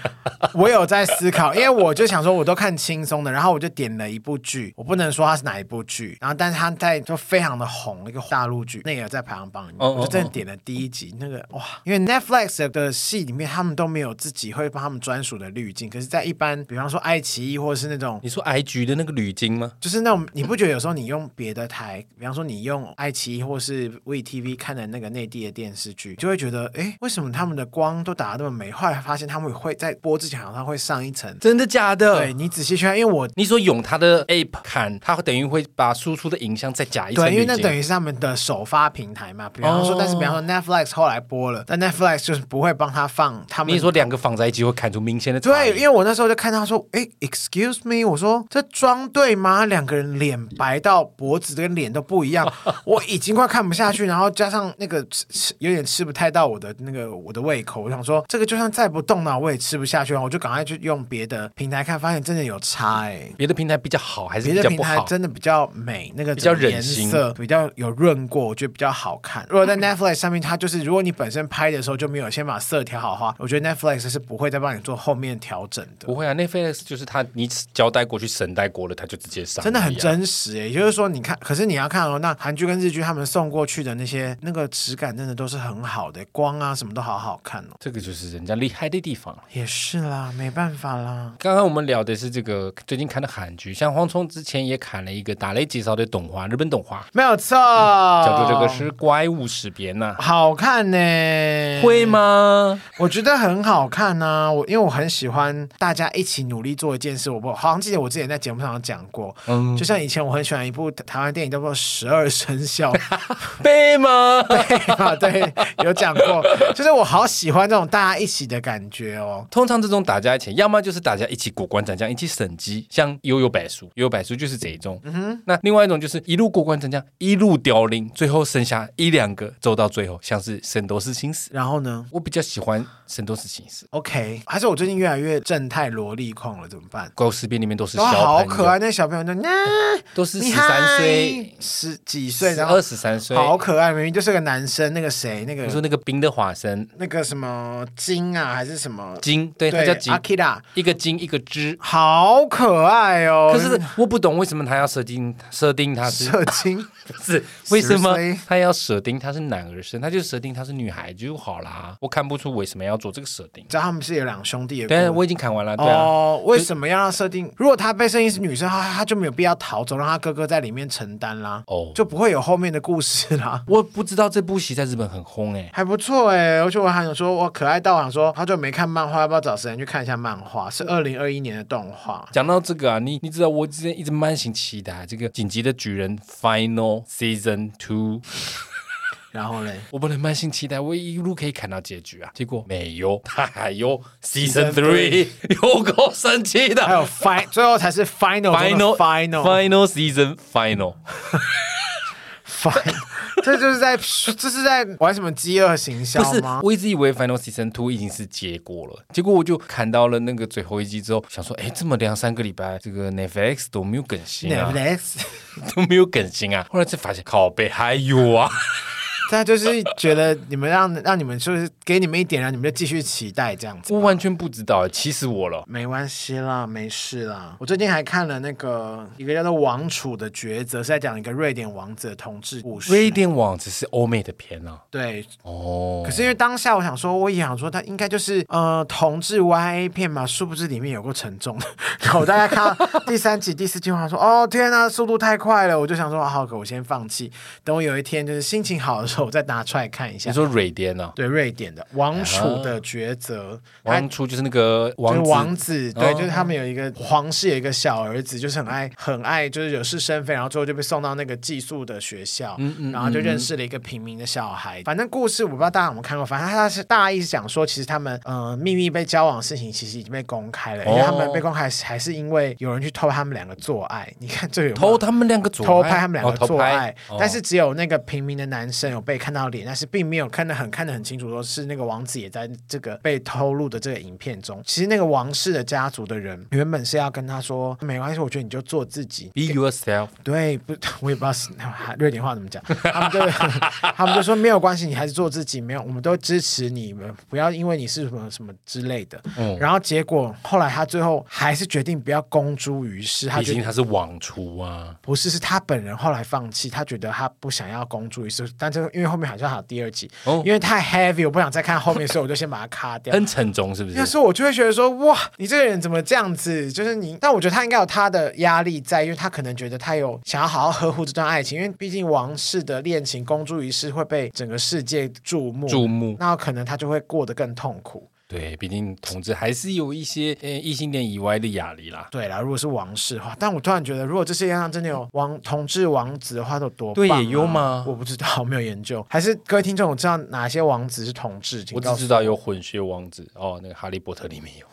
我有在思考，因为我就想说，我都看轻松的，然后我就点了一部剧，我不能说它是哪一部剧，然后但是它在就非常的红，一个大陆剧，那个在排行榜里面，
哦哦
我就真的点了第一集，那个哇，因为 Netflix 的戏里面他们都没有自己会帮他们专属的滤镜，可是，在一般，比方说爱奇艺或者是那种。
[laughs] 你说 I G 的那个铝金吗？
就是那种你不觉得有时候你用别的台，比方说你用爱奇艺或是 VTV 看的那个内地的电视剧，就会觉得，哎，为什么他们的光都打得那么美？后来发现他们会在播之前好像会上一层。
真的假的
对？你仔细去看，因为我
你说用他的 App 看，他等于会把输出的影像再加一层
对，因为那
滤镜
等于是他们的首发平台嘛。比方说，
哦
但是比方说 Netflix 后来播了，但 Netflix 就是不会帮他放他们。
你说两个放在一起会看出明显的差
对，
异
因为我那时候就看到说，哎，excuse me，我说这妆对吗？两个人脸白到脖子跟脸都不一
[laughs]
样，我已经快看不下去，然后加上那个吃吃有点吃不太到我的那个我的胃口，我想说这个就算再不动脑我也吃不下去，然后我就赶快去用别的平台看，发现真的有差哎、
别的平台比较好还是
别
比
的
较
平
不
台
好？
真的比较美，那个
比较
整个
忍
颜
心
色比较有润过，我觉得比较好
[laughs]
看。如果在 Netflix 上面，它就是如果你本身拍的时候就没有先把色调好的话，我觉得 Netflix 是不会再帮你做后面调整的。
不会啊，Netflix 就是他你交代过去神带过了，他就直接上，
真的很。真实欸诶、也就是说，你看，可是你要看哦，那韩剧跟日剧他们送过去的那些那个质感，真的都是很好的、光啊什么都好好看哦。
这个就是人家厉害的地方。
也是啦，没办法啦。
刚刚我们聊的是这个最近看的韩剧，像黄聪之前也看了一个打雷介绍的动画，日本动画，
没有错，
叫做嗯
啊
这个是《怪物识别》呢。
好看呢、欸
会
[laughs]
吗？
我觉得很好看呐、我因为我很喜欢大家一起努力做一件事。我不好像记得我之前在节目上有讲过，
嗯
就像以前我很喜欢一部台湾电影叫做《十二生肖》 [laughs]
背吗？
啊，对，有讲过，就是我好喜欢这种大家一起的感觉哦。
通常这种打架以前，要么就是大家一起过关斩将，一起审机，像悠悠白书，悠悠白书就是这一种。那另外一种就是一路过关斩将，一路凋零，最后剩下一两个走到最后，像是圣斗士星矢。
然后呢
我比较喜欢圣斗士星矢，
，OK，还是我最近越来越正太萝莉控了，怎么办？
怪物识别里面都是小
哇，
朋友，哎
好可爱，那小朋友呢？那
都是
你
十三
嗨
岁、
十几岁，然后
二十三岁。
好可爱，明明就是个男生，那个谁，那
你说
个
那个冰的化身
那个什么金啊，还是什么？
金，对，它
对
叫金，
，Akira，
一个金一个之。
好可爱哦。
可是我不懂为什么他要设定设定他
[laughs]
是
射精，
是为什么
Seriously？
他要设定他是男儿身，他就设定他是女孩就好啦。我看不出为什么要做这个设定
你。知道他们是有两兄弟的故事。
对，啊我已经看完了，对啊。
哦，为什么要让设定？如果他被设定是女生，他他就没有必要逃走，让他哥哥在里面承担啦，
哦，
就不会有后面的故事啦。
我不知道这部戏在日本很红哎、
还不错哎、而且我还想说，我可爱到我想说，好久没看漫画，要不要找时间去看一下漫画？是二零二一年的动画，
讲到这个啊，你你知道我之前一直满心期待这个《紧急的巨人》Final Season Two，
然后嘞
我本来满心期待，我一路可以看到结局啊，结果没有，他还有 Season Three，有 [laughs] 够神奇的，
还
[laughs]
有 final，最后才是 final 中的
Final
final
Final Season Final。
final，这 [laughs] 就是在这是在玩什么饥饿行啊销
不是
吗，？
我一直以为《Final Season Two》已经是结果了，结果我就看到了那个最后一集之后，想说，哎，这么两三个礼拜，这个 Netflix 都没有更新啊，
Netflix，
[laughs] 都没有更新啊。后来才发现，靠北还有啊，
[laughs] 他就是觉得你们让让你们就是给你们一点，然后你们就继续期待这样子。
我完全不知道，气死我了。
没关系啦，没事啦。我最近还看了那个一个叫做《王储的抉择》，是在讲一个瑞典王子的统治故事。
瑞典网只是欧美的片啊，
对，
哦
可，是因为当下我想说，我也想说他应该就是呃同志 YA 片嘛，殊不知里面有够沉重 [laughs] 的。然后我大概看到第三集、第四集，我想说哦天呐，速度太快了，我就想说哦好，我先放弃，等我有一天就是心情好的时候，我再拿出来看一下
你。说瑞典啊，
对，瑞典的《王储的抉择》它
王初就是那个
就是
王子
王子，对，
哦
就是他们有一个皇室有一个小儿子，就是很爱很爱，就是惹是生非，然后最后就被送到那个寄宿的学校，
嗯
然后就认识了一个平民的小孩。反正故事我不知道大家有没有看过，反正他是大意是讲说，其实他们呃秘密被交往的事情其实已经被公开
哦
了，因为他们被公开还是因为有人去偷他们两个做爱。你看这个有没有
偷他们两个做爱
偷拍他们两
哦
个
偷
做
拍
爱，
哦
但是只有那个平民的男生有被看到脸，但是并没有看得很看得很清楚，说是那个王子也在这个被偷录的这个影片中。其实那个王室的家族的人原本是要跟他说，没关系，我觉得你就做自己。
Be yourself，
对，不， [laughs] 我也不知道是瑞典话怎么讲，他们就他们就说没有关系，你还是做自己，没有，我们都支持你们，不要因为你是什么什么之类的。
嗯
然后结果后来他最后还是决定不要公诸于世，他
毕
决定
竟他是网出啊，
不是，是他本人后来放弃，他觉得他不想要公诸于世，但这个因为后面好像还有第二集，
哦
因为太 heavy，我不想再看后面，所以我就先把它卡掉。
很沉重是不
那
是？
时候我就会觉得说，哇，你这个人怎么这样子？就是你，但我觉得他应该有他的压力在，因为他可能觉得他有想要好好呵护这段爱情，因为毕竟王室的恋情公诸于世会被整个世界注目，
注目
那可能他就会过得更痛苦。
对，毕竟同志还是有一些呃异性恋以外的压力啦。
对啦，如果是王室的话，但我突然觉得，如果这世界上真的有王同志王子的话，有多棒、
对
啊？
也有吗
我不知道， [laughs] 没有研究。还是各位听众，我知道哪些王子是同志？请
我
告
只
诉
知道有混血王子哦，那个《哈利波特》里面有，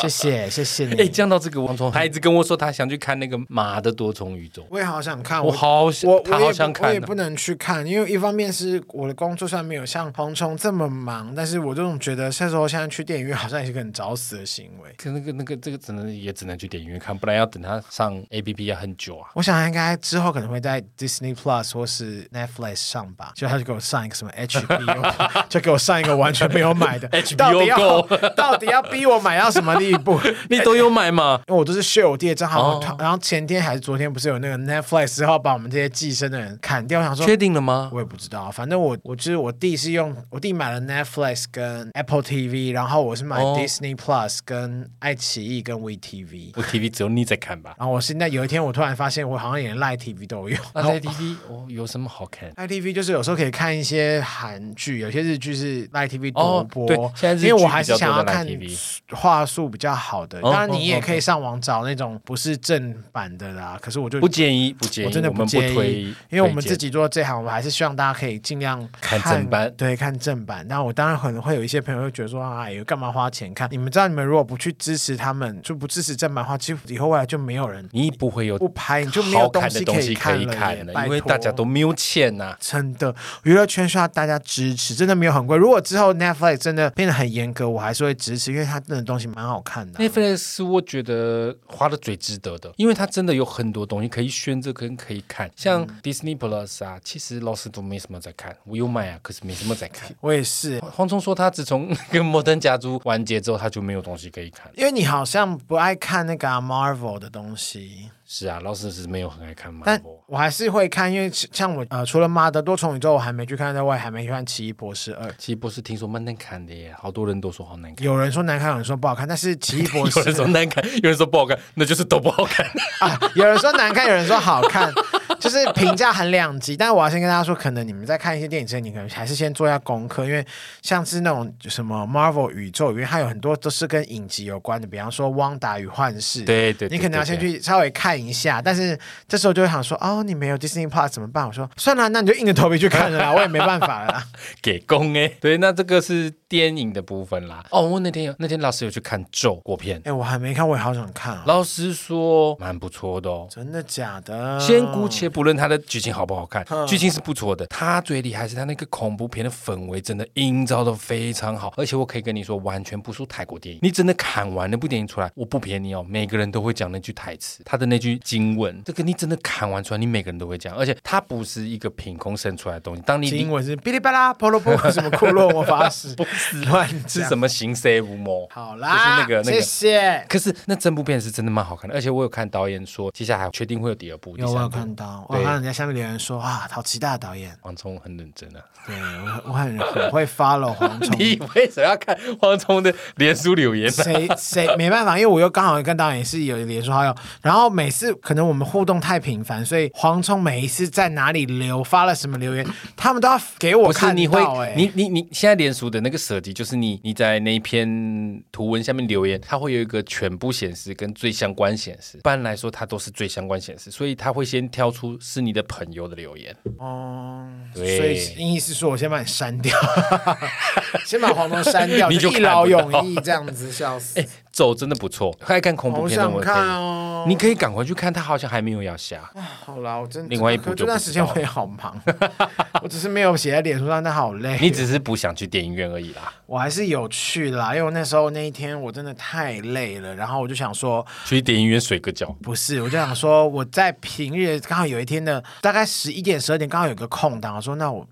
谢谢
[laughs]
谢谢
哎，
你。
讲到这个王虫，他一直跟我说他想去看那个马的多重宇宙，
我也好想看，
我好想
我我
他
也
好
不
想看
我也
啊
不能去看，因为一方面是我的工作虽然没有像蝗虫这么忙，但是我这种觉得，这时候现在去电影院好像也是个很找死的行为。
可那个那个这个只能也只能去电影院看，不然要等他上 A P P 要很久啊。
我想应该之后可能会在 Disney Plus 或是 Netflix 上吧，就他就给我上一个什么
[laughs]
HBO，就 [laughs] 给我上一个完全没有买的
HBO
到底要
Go
到底要逼我买到什么地步？
[laughs]
哎
你都有买
[laughs]
吗？
因为我都是 share 我弟的账号，
哦
然后前天还是昨天不是有那个 Netflix 之后把我们这些寄生的人砍掉，我想说
确定了吗？
我也不知道，啊反正我我就是我弟是用我弟买了 Netflix 跟 Apple TV，然后我是买
哦
Disney Plus 跟爱奇艺跟 VTV。
我 T V 只有你在
[laughs]
看吧？
然后我现在有一天，我突然发现我好像连 Line TV 都有。
那 A P P 哦有什么好看？
ITV 就是有时候可以看一些韩剧，有些日剧是 ITV
哦
独播、
对现在日剧
因为我还是想要看
比较多在 ITV
话术比较好的。
哦
当然，你
哦
也
哦
可以上网找那种不是正版的啦。可是我就
不建议，不建议，
我真的
们
建
推
议，，因为我们
推荐
自己做这行，我们还是希望大家可以尽量
看正版
对，看正版。那我当然可能会有一些朋友会觉得说，哎呦，干嘛花钱看？你们知道，你们如果不去支持他们，就不支持正版的话，几乎以后未来就没有人
你不会有
不拍，你就没有
好看的
西
东
以
西可以
了耶
看了，
拜
因为
托
大家都没有钱啊呐、
真的，娱乐圈需要大家支持，真的没有很贵。如果之后 Netflix 真的变得很严格，我还是会支持，因为它真的东西蛮好看的啊、
Netflix 我觉得花的最值得的，因为它真的有很多东西可以选择跟可以看，像 Disney Plus 啊，其实老师都没什么在看，我有买啊，可是没什么在看。
我也是，
黄虫说他自从那个《摩登家族》完结之后，他就没有东西可以看。
因为你好像不爱看那个啊、Marvel 的东西，
是啊，老师是没有很爱看 Marvel
但。我还是会看，因为像我呃，除了《妈的多重宇宙》，我还没去看在外，还没去看《奇异博士二》。
其实不是听说蛮难看的耶，好多人都说好难看。
有人说难看，有人说不好看，但是《奇异博士
[laughs] 有》人说难看，有人说不好看，那就是都不好看。 [laughs]
[laughs] 啊，有人说难看，有人说好看， [laughs] 就是评价很两极。但我要先跟大家说，可能你们在看一些电影之前，你可能还是先做一下功课，因为像是那种什么 Marvel 宇宙里面，它有很多都是跟影集有关的，比方说《汪达与幻视》。
对对对
你可能要
对
先
对
去稍微看一下，但是这时候就会想说，哦，你没有 Disney Plus 怎么办？我说算了，那你就硬着头皮去看了
[laughs]
啦，我也没办法了啦。
给工哎，对，那这个是电影的部分啦。哦，我那天有那天老师有去看咒果片，
哎，我还没看，我也好想看哦，
老师说蛮不错的哦。
真的假的？
先姑且不论它的剧情好不好看
嗯，
剧情是不错的。它最厉害是它那个恐怖片的氛围真的营造的非常好，而且我可以跟你说，完全不输泰国电影。你真的看完那部电影出来，我不骗你哦，每个人都会讲那句台词，他的那句经文，这个你真的看完出来，你每个人都会讲，而且它不是一个凭空生出来的东西。当你
英文是哔哩吧啦、p o l o p o l 什么库洛魔法
[laughs]
使，不是 [laughs] 乱
是
讲
什么行色无魔，
好啦，
就是那个那
谢
个
谢。
可是那整部片是真的蛮好看的，而且我有看导演说，接下来确定会有第二部、第
有我有
三部。
看到，我
对
有看到人家下面留言说啊，好期待导演。
黄忠很认真啊！。
对我我很很会 follow 蝗虫
[laughs] 你为什么要看黄忠的脸书留言呢、
谁谁没办法，因为我又刚好跟导演也是有连说好友，然后每次可能我们互动太频繁，所以蝗虫每一次在哪里留发了什么留言，他们都要给我
不是
看
你会
到、欸。，
你你你现在脸书的那个设计，就是你你在那一篇图文下面留言，它会有一个全部显示跟最相关显示。一般来说，它都是最相关显示，所以它会先挑出是你的朋友的留言。
哦、
对
所以意思是说我先把你删掉， [laughs] 先把蝗虫删掉，
[laughs] 你就
一
看
劳
不到
永逸这样子，笑死
哎。，走真的不错，爱看恐怖
好
片的
想哦
我可
看
以，
哦！
你可以赶快去看，它好像还没有要下。
好啦，我真
另外一
可
部就
这
不
段
知
时间
道
我也好忙， [laughs] 我只是没有写在脸书上，但好累。
[laughs] 你只是不想去电影院而已啦。
我还是有去啦，因为我那时候那一天我真的太累了，然后我就想说，
去电影院睡个觉。
不是，我就想说我在平日刚好有一天的大概十一点十二点刚好有个空档，我说那我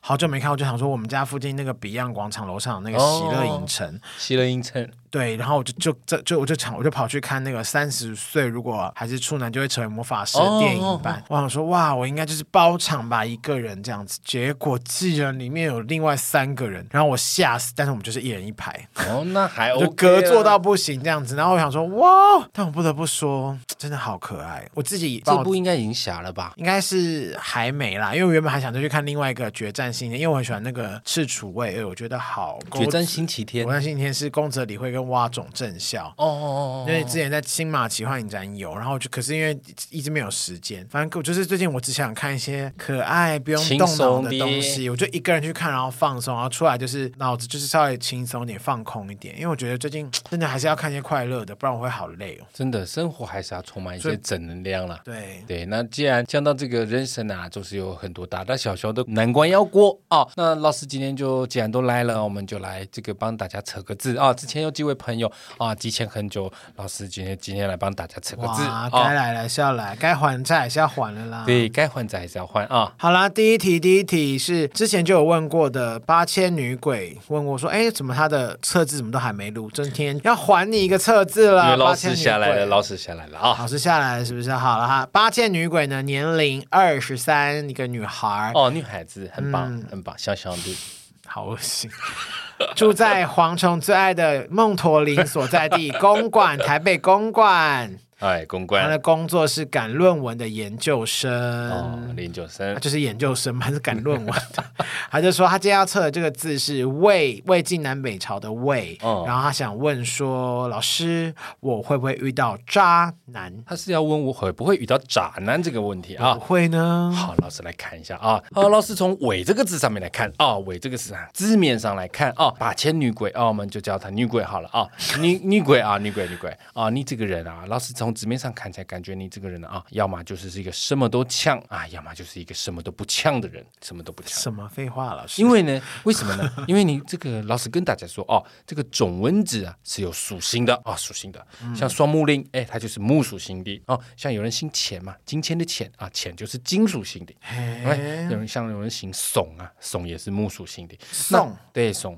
好久没看，我就想说我们家附近那个 Beyond 广场楼上有那个喜乐影城，
吸了音称，
对，然后我就就这就我就想我就跑去看那个三十岁如果还是处男就会成为魔法师
哦
的电影版，我想说哇，我应该就是包场吧，一个人这样子，结果既然里面有另外三个人，然后我吓死，但是我们就是一人一排。
哦，那还 OK 啊、
就隔做到不行这样子，然后我想说哇，但我不得不说，真的好可爱。我自己
这部应该已经下了吧？
应该是还没啦，因为我原本还想再去看另外一个决战信念，因为我很喜欢那个赤楚卫二，我觉得好
决
勾
战星期天
我，那星期天是宫泽理惠跟蛙种正校。
哦哦
因为之前在新马奇幻影展有，然后就可是因为一直没有时间，反正我就是最近我只想看一些可爱不用动脑的东
轻松
西，我就一个人去看，然后放松，然后出来就是脑子就是稍微轻松一点，放空一点，因为我觉得最近真的还是要看一些快乐的，不然我会好累哦。
真的生活还是要充满一
所以
些正能量啦。
对，
对，那既然讲到这个人生啊，就是有很多大大小小的难关要过啊、那老师今天就既然都来了，我们就来这个帮大家扯个字啊、之前有几位朋友啊，提前很久，老师今天今天来帮大家扯个字
哇
啊，、
该来了是要来，该还债还是要还了啦。
对该换债还是要换啊。
好啦，第一题，第一题是之前就有问过的八千女鬼问我说：“哎，怎么她的测字怎么都还没录？今天要还你一个测字
因为
了。”
老
八
师
千女
下来了，
鬼
老师下来了啊！
老师下来了是不是？好了哈，八千女鬼呢，年龄二十三，一个女孩，
哦，女孩子很棒，
嗯
很棒，香香的。
好恶心。 [laughs] 住在蝗虫最爱的梦驼林所在
[laughs]
地公馆，台北公馆。
哎，公
她的
关
工作是赶论文的研究生。
哦，林九生
他，就是研究生嘛，还是赶论
[laughs]
文的。他就说他今天要测的这个字是“魏”，魏晋南北朝的“魏”
哦
然后他想问说，老师，我会不会遇到渣男？
他是要问我会不会遇到渣男这个问题啊
不？会呢？
好，老师来看一下啊。啊，老师从“伪”这个字上面来看啊，“伪”这个字啊，字面上来看啊，八千女鬼啊，我们就叫她女鬼好了 [laughs] 啊，女女鬼啊，女鬼女鬼啊，你这个人啊，老师从字面上看起来，感觉你这个人啊，要么就是是一个什么都呛啊，要么就是一个什么都不呛的人，什么都不呛。
什么废话，老师？
因为呢，为什么呢？ [laughs] 因为你这个老师跟大家说哦，这个种温子啊是有属性的啊、属性的，像双木令，哎，它就是木属性的哦。像有人姓钱嘛，金钱的钱啊，钱就是金属性的。哎，有人像有人姓怂啊，怂也是木属性的。那
送
对怂，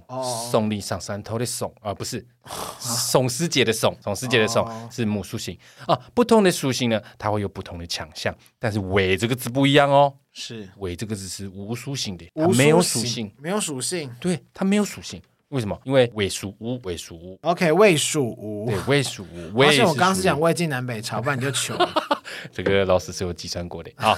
送力上山头的怂啊，不是怂师姐的怂，怂师姐的怂是木属性啊。不同的属性呢，它会有不同的强项，但是尾这个字不一样哦。
是
尾这个字是无属性的，它
无
啊没有属性，，
没有属性。
对，它没有属性。为什么？因为尾属乌，尾属乌，
OK，魏属无
对。，未属乌，
而
未
且我刚刚是
属
讲
于
魏晋南北朝，不然你就糗了。
[laughs] 这个老师是有计算过的
[laughs]
啊，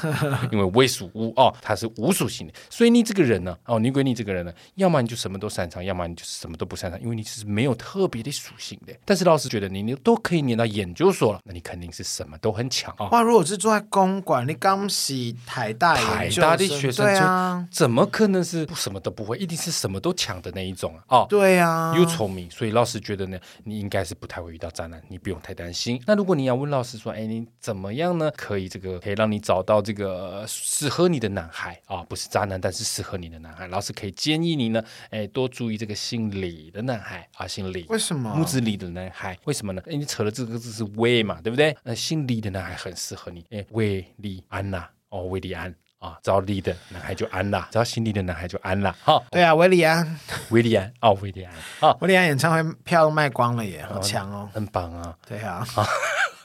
因为未属乌哦，它是无属性的，所以你这个人呢，哦，女鬼你这个人呢，要么你就什么都擅长，要么你就是什么都不擅长，因为你是没有特别的属性的。但是老师觉得你你都可以念到研究所了，那你肯定是什么都很强啊。
哇，如果是住在公馆，你刚洗台大
台
研究
大的学生
对
就、
啊，
怎么可能是不什么都不会？一定是什么都强的那一种啊！哦，
对啊，
又聪明，所以老师觉得呢，你应该是不太会遇到渣男，你不用太担心。那如果你要问老师说，哎，你怎么样呢？可以这个可以让你找到这个呃适合你的男孩啊，不是渣男，但是适合你的男孩。老师可以建议你呢，哎，多注意这个姓李的男孩啊，姓李。
为什么
木子李的男孩，为什么呢？哎，你扯了这个字是魏嘛，对不对？那姓李的男孩很适合你，哎，魏利安呐、哦，魏利安啊，找李的男孩就安啦，找姓李的男孩就安啦，哈、
对啊，维里安， [laughs]
威利安，哦，威利安，啊，
维里安演唱会票都卖光了耶，好强哦！
很棒啊！
对啊，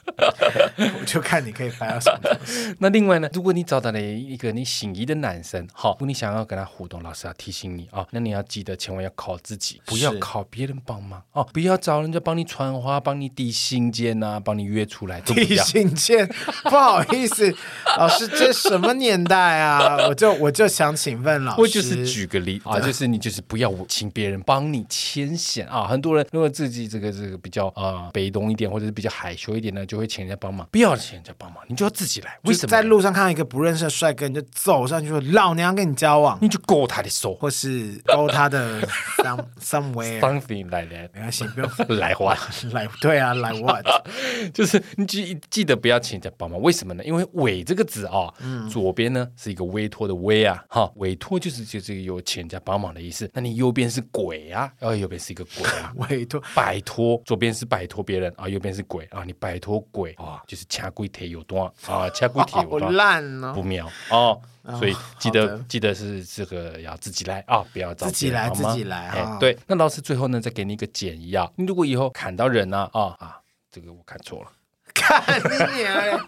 我 [laughs] 就看你可以掰到什么东西。
那另外呢，如果你找到了一个你心仪的男生，好，如果你想要跟他互动，老师要提醒你啊、那你要记得千万要靠自己，不要
是
靠别人帮忙哦，不要找人家帮你传话、帮你递信件呐、帮你约出来，都不
地
要。
信件，不好意思，老师，这什么年代啊？我就我就想请问老师，
[laughs] 我就是举个例啊，就是你就是不要我请别人帮你牵线啊。很多人如果自己这个这个比较啊、呃、被动一点，或者是比较害羞一点呢，就会请人家帮忙。不要请人家帮忙，你就要自己来。为
就
什么
在
呢？
路上看到一个不认识的帅哥，你就走上去说老娘跟你交往，
你就勾他的
[laughs]
手
或是勾他的 [laughs] some
[laughs]
[laughs] somewhere，
，something 来来
没关系，不用
来话。
来，对啊，来 what？。
[laughs] 就是你记记得不要请人家帮忙，为什么呢？因为委这个字啊、左边呢是一个委托的委啊，哈，委托就是就是有请人家帮忙的意思。那你右边是鬼啊，然后右边是一个鬼啊
委托
摆脱，左边是摆脱别人啊，右边是鬼啊，你摆脱鬼啊，就是掐龟铁有端啊，掐龟铁
好
有端
烂哦 [laughs]
不。妙哦，所以记
好
得
的
记得是这个要自己来啊，不要找
自己
别人
来
好吗
自己来
哎
啊
对，那啊老师最后呢再给你一个建议啊，你如果以后砍到人呢啊啊，这个我看错了。
看你娘嘞！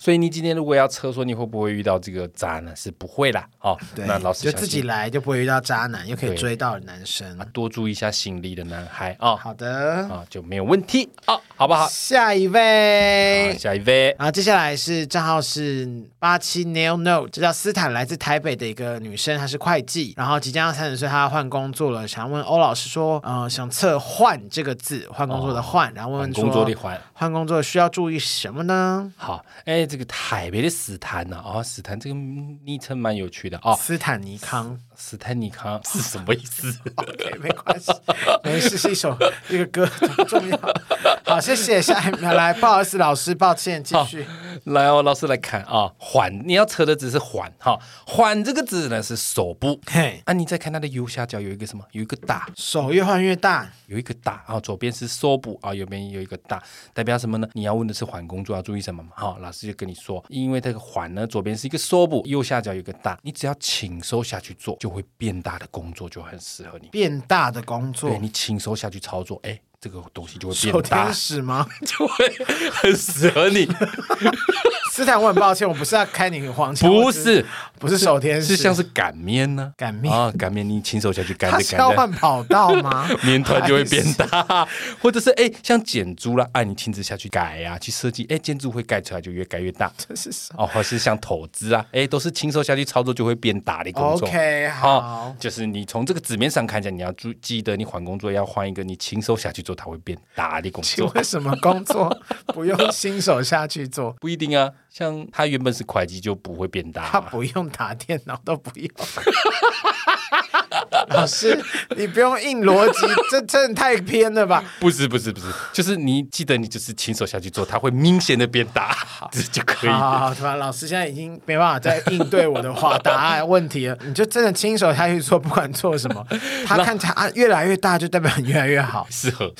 所以你今天如果要车说你会不会遇到这个渣男，是不会啦。哦，
对，
[laughs] 那老师
就自己来，就不会遇到渣男，又可以
对
追到男生。
多注意一下心理的男孩啊啊、
好的，
就没有问题啊、好不好？
下一
好
位。
下一位，
啊，接下来是账号是八七 nail no，这叫斯坦，来自台北的一个女生，她是会计，然后即将要三十岁，她要换工作了，想问欧老师说，呃，想测“换”这个字，换工作的“换”，然后问问
哦工作的
说
环。
换工作需要注意什么呢？
好，哎，这个台北的史坦呐、啊，哦，史坦这个昵称蛮有趣的哦，
斯坦尼康
史坦尼康是什么
[laughs]
意思？
，OK，没关系，没事，是一首一个歌，不重要。好，谢谢，下一秒来，不好意思，老师，抱歉，继续。
来哦，老师来看啊，缓，你要测的只是缓哈，缓这个字呢是手部
嘿，
啊，你再看它的右下角有一个什么？有一个大，
手越换越大，
有一个大啊，左边是收补啊，右边有一个大，代表什么呢？你要问的是缓工作要注意什么嘛？好、老师就跟你说，因为这个缓呢，左边是一个收补，右下角有一个大，你只要请收下去做，就会变大的工作就很适合你。
变大的工作
对，你请收下去操作，哎，这个东西就会
手
变大 [laughs]
天，使吗？
就会很适合你。
斯坦，我很抱歉，我不是要开你黄腔，
不
我只
是，
不是手天使，
[laughs] 是像是擀面呢、
擀面
啊，擀面你请手下去擀
他
着
是要
擀着？
换。跑道吗
[laughs] 面团就会变 [laughs] 大，或者是哎、像剪珠啦，啊，你亲自下去改呀、去设计，哎、建筑会盖出来就越盖越大，
这哎是 [laughs] 什么
哦，或是像投资啊，哎、都是亲手下去操作就会变大的工作。
？OK，
哦
好，，
就是你从这个纸面上看起来，你要注记得你换工作要换一个你亲手下去做，它会变大的工
请
作。
问什么工作不用新手下去做？
不一定啊，像他原本是会计就不会变大
他
嘛，
不用打电脑都不用。 [laughs] 老师，你不用硬逻辑，这真的太偏了吧？
不是不是不是，就是你记得你就是亲手下去做，它会明显的变大，这就可以。
好好好，突然老师现在已经没办法再应对我的话答案问题了，你就真的亲手下去做，不管做什么，他看起来啊越来越大，就代表你越来越好，
适合。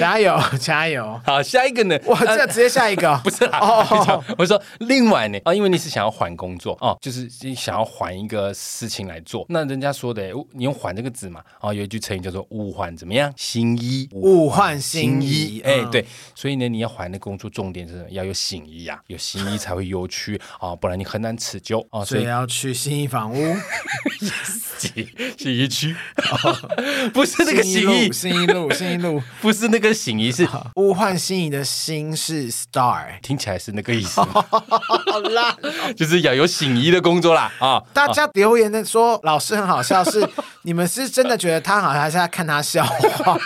加
[laughs]
油加油！
好，下一个呢？
哇，
啊
这直接下一个哦、
[laughs] 不是啊啦，
哦，
我说另外呢，啊，因为你是想要还工作哦，就是你想要还一个事情来做。那人家说的，哦你用“还”这个字嘛，啊、有一句成语叫做“物换怎么样，新衣
物换星移，
哎、
嗯，
对，所以呢，你要还的工作重点是要有新衣啊，有新衣才会有趣啊、不然你很难持久啊、所
所以
以
要去新一房屋，
洗洗
[laughs]
衣区，不是 [laughs] 那个
新一
洗衣
路，，啊新一路，新一
[laughs]
路，
不是那个洗衣，是
物换星移的星是 star，
听起来是那个意思，
好啦，
就是要有洗衣的工作啦啊。
[laughs] 大家留言的说老师很好笑，是你们是真的觉得他好笑，还是在看他笑
[laughs]
话？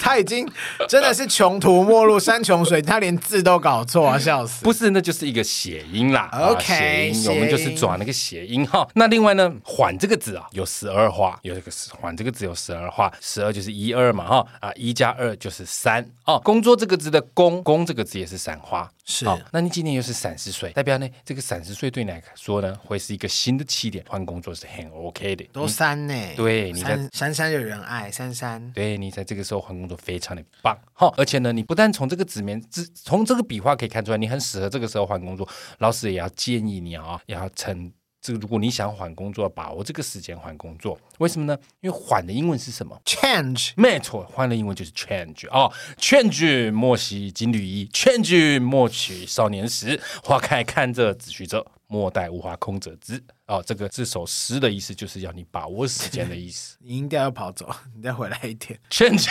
他已经真的是穷途末路，山穷水尽，他连字都搞错啊，笑死！
不是，那就是一个谐音啦。啊
OK，
谐音，我们
谐
就
音
是转那个谐音哈。那另外呢，缓这个字啊，有十二画，有一个缓这个字有十二画，十二就是一二嘛哈啊，一加二就是三哦。工作这个字的工，工这个字也是三花。
是
哦，那你今年又是三十岁，代表呢，这个三十岁对你来说呢，会是一个新的起点，换工作是很 OK 的。
都三呢、
对你在
三珊珊有人爱，珊珊
对你在这个时候换工作非常的棒哈、而且呢，你不但从这个纸面字，从这个笔画可以看出来，你很适合这个时候换工作。老师也要建议你啊，也要趁这个，如果你想换工作，把握这个时间换工作。为什么呢？因为换的英文是什么？
change
没错，换了英文就是 change 哦，change 莫惜金缕衣，change 莫取少年时，花开堪折直须折，莫待无花空折枝。哦，这个这首诗的意思就是要你把握时间的意思。
你音调要跑走， [laughs] 你再回来一点。
千金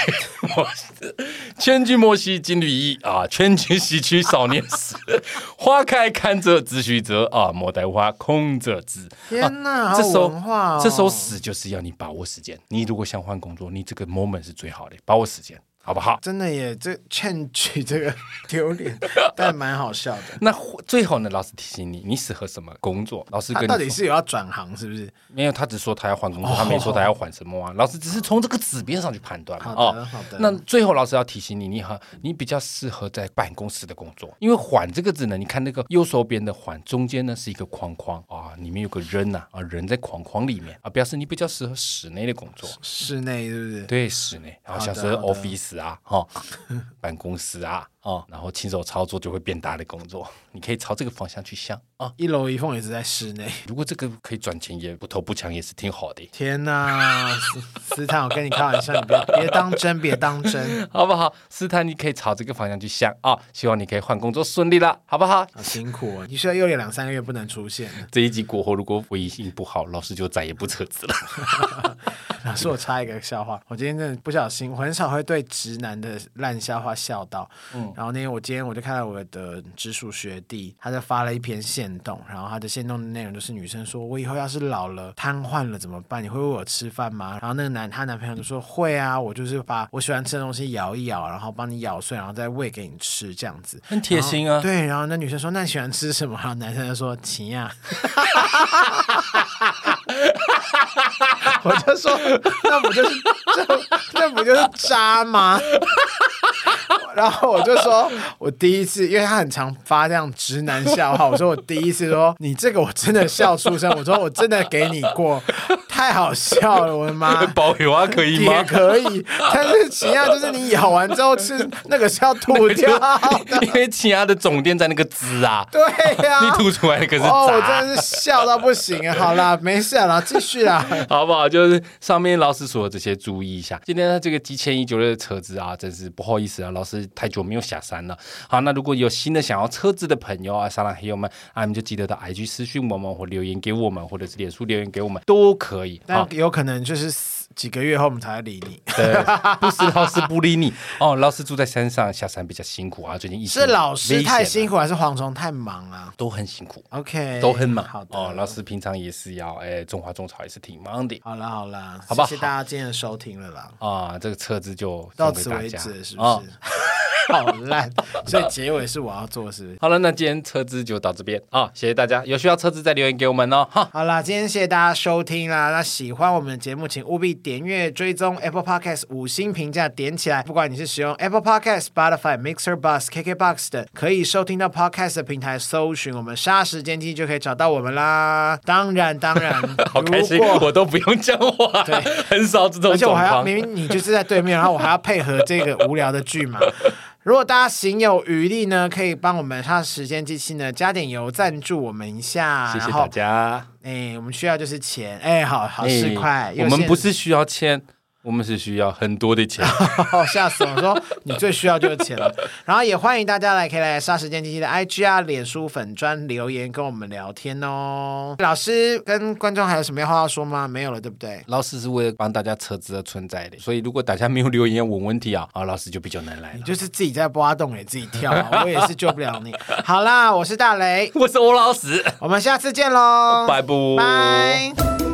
莫千金莫惜金缕衣啊，千金惜取少年时。花开堪折直须折啊，莫待无花空折枝。
天哪，
啊
好
这
有
首
文化、哦！
这首死就是要你把握时间。你如果想换工作，你这个 moment 是最好的，把握时间，好不好？
真的耶，这 change 这个丢
[laughs]
脸，但蛮好笑的。
那最后呢，老师提醒你，你适合什么工作？老师
他
跟
啊到
你
底
说，
是有要转行是不是？
没有，他只说他要换工
哦
作，他没说他要换什么啊。老师只是从这个纸面上去判断嘛。哦
好的好的
那最后老师要提醒你，你哈，你比较适合在办公室的工作，因为“缓”这个字呢，你看那个右手边的“缓”，中间呢是一个框框啊，里面有个人呐啊，人在框框里面啊，表示你比较适合室内的工作。
室内是不是？
对，室内，然后像是
好的好的
office 啊，哈、办公室啊，哦，然后亲手操作就会变大的工作，你可以朝这个方向去想啊、
哦一楼一凤也是在室内。
如果这个可以赚钱，也不偷不抢，也是挺好的，
天呐，斯斯坦，我跟你开玩笑，你别别当真，别当真，
[laughs] 好不好？斯坦，你可以朝这个方向去想啊、希望你可以换工作顺利了，好不好？
好辛苦哦！你需要又有两三个月不能出现。
这一集过后，如果回应不好，老师就再也不撤 [laughs] 资了。
老师，我插一个笑话，我今天真的不小心，我很少会对直男的烂笑话笑到。然后那天我今天我就看到我的直属学弟，他就发了一篇线动，然后他的线动的内容就是女生说：“我以后要是老了瘫痪了怎么办？你会喂我吃饭吗？”然后那个男她男朋友就说：“会啊，我就是把我喜欢吃的东西咬一咬，然后帮你咬碎，然后再喂给你吃，这样子。”
很贴心啊，
对，然后那女生说：“那你喜欢吃什么？”然 [laughs] 后男生就说：“奇呀、 [laughs] 我就说：“那不就是这那不就是渣吗？” [laughs] 然后我就说：“我第一次，因为他很常发这样直男笑话，我说我第一次说你这个我真的笑出声，我说我真的给你过， [laughs] 太好笑了，我的妈！”
包邮啊，可以 [laughs]
也
吗？
可以，但是奇亚就是你咬完之后吃那个是要吐掉的，
[laughs] 因为其他的总店在那个滋啊，
对
[laughs]
呀、
你吐出来的可是
哦，我
渣。
真的是笑到不行
[laughs]
啊！好啦，没事啦，继续啦。
好不好？就是上面老师说的这些，注意一下。今天他这个积欠已久的车子啊，真是不好意思啊，老师太久没有下山了。好，那如果有新的想要车子的朋友啊，沙拉黑友们啊，你们就记得到 IG 私讯我们，或留言给我们，或者是脸书留言给我们都可以啊
但。有可能就是死几个月后我们才会理
[laughs]
你。
对，不是老师不理你哦，老师住在山上，下山比较辛苦啊，最近疫情
是老师太辛
苦，
苦，还是蝗虫太忙啊
都很辛苦。
？OK，
都很忙
好的，
哦，老师平常也是要，哎，中华中草也是挺忙的。
好啦好啦，
好吧
谢谢大家今天的收听了啦，
啊、这个车子就
到
送给
此
大
为
家
止是不
哦
是？ [laughs] 好烂，所以结尾是我要做，是不是？
好了，那今天车子就到这边啊、谢谢大家，有需要车子再留言给我们哦，哈。
好啦，今天谢谢大家收听啦。那喜欢我们的节目，请务必点阅、追踪 Apple Podcast 五星评价点起来。不管你是使用 Apple Podcast、Spotify、Mixer、Bus、KKBox 等可以收听到 Podcast 的平台，搜寻我们“杀时间机”就可以找到我们啦。当然，当然，
[laughs] 好开心
如，果
[laughs] 我都不用讲话，
对
很少这种
而且我
状
还要
况。
明明你就是在对面，然后我还要配合这个无聊的剧嘛。 [laughs] 如果大家行有余力呢，可以帮我们杀时间机器呢加点油，赞助我们一下，
谢谢
然后
大家。
哎、我们需要就是钱，哎、好好
哎
四块、
我
又
们
限
不是需要钱，我们是需要很多的
[laughs]
钱。
哦，吓死我！我说你最需要就是钱了。然后也欢迎大家来可以来杀时间机器的 IG 啊、脸书粉专留言跟我们聊天哦。老师跟观众还有什么话要说吗？没有了，对不对？
老师是为了帮大家车子而存在的，所以如果大家没有留言问问题啊，啊，老师就比较难来了
你。就是自己在挖洞给自己跳、啊，我也是救不了你。 [laughs] 好啦，我是大雷，
我是欧老师，
我们下次见喽，
拜拜。
拜。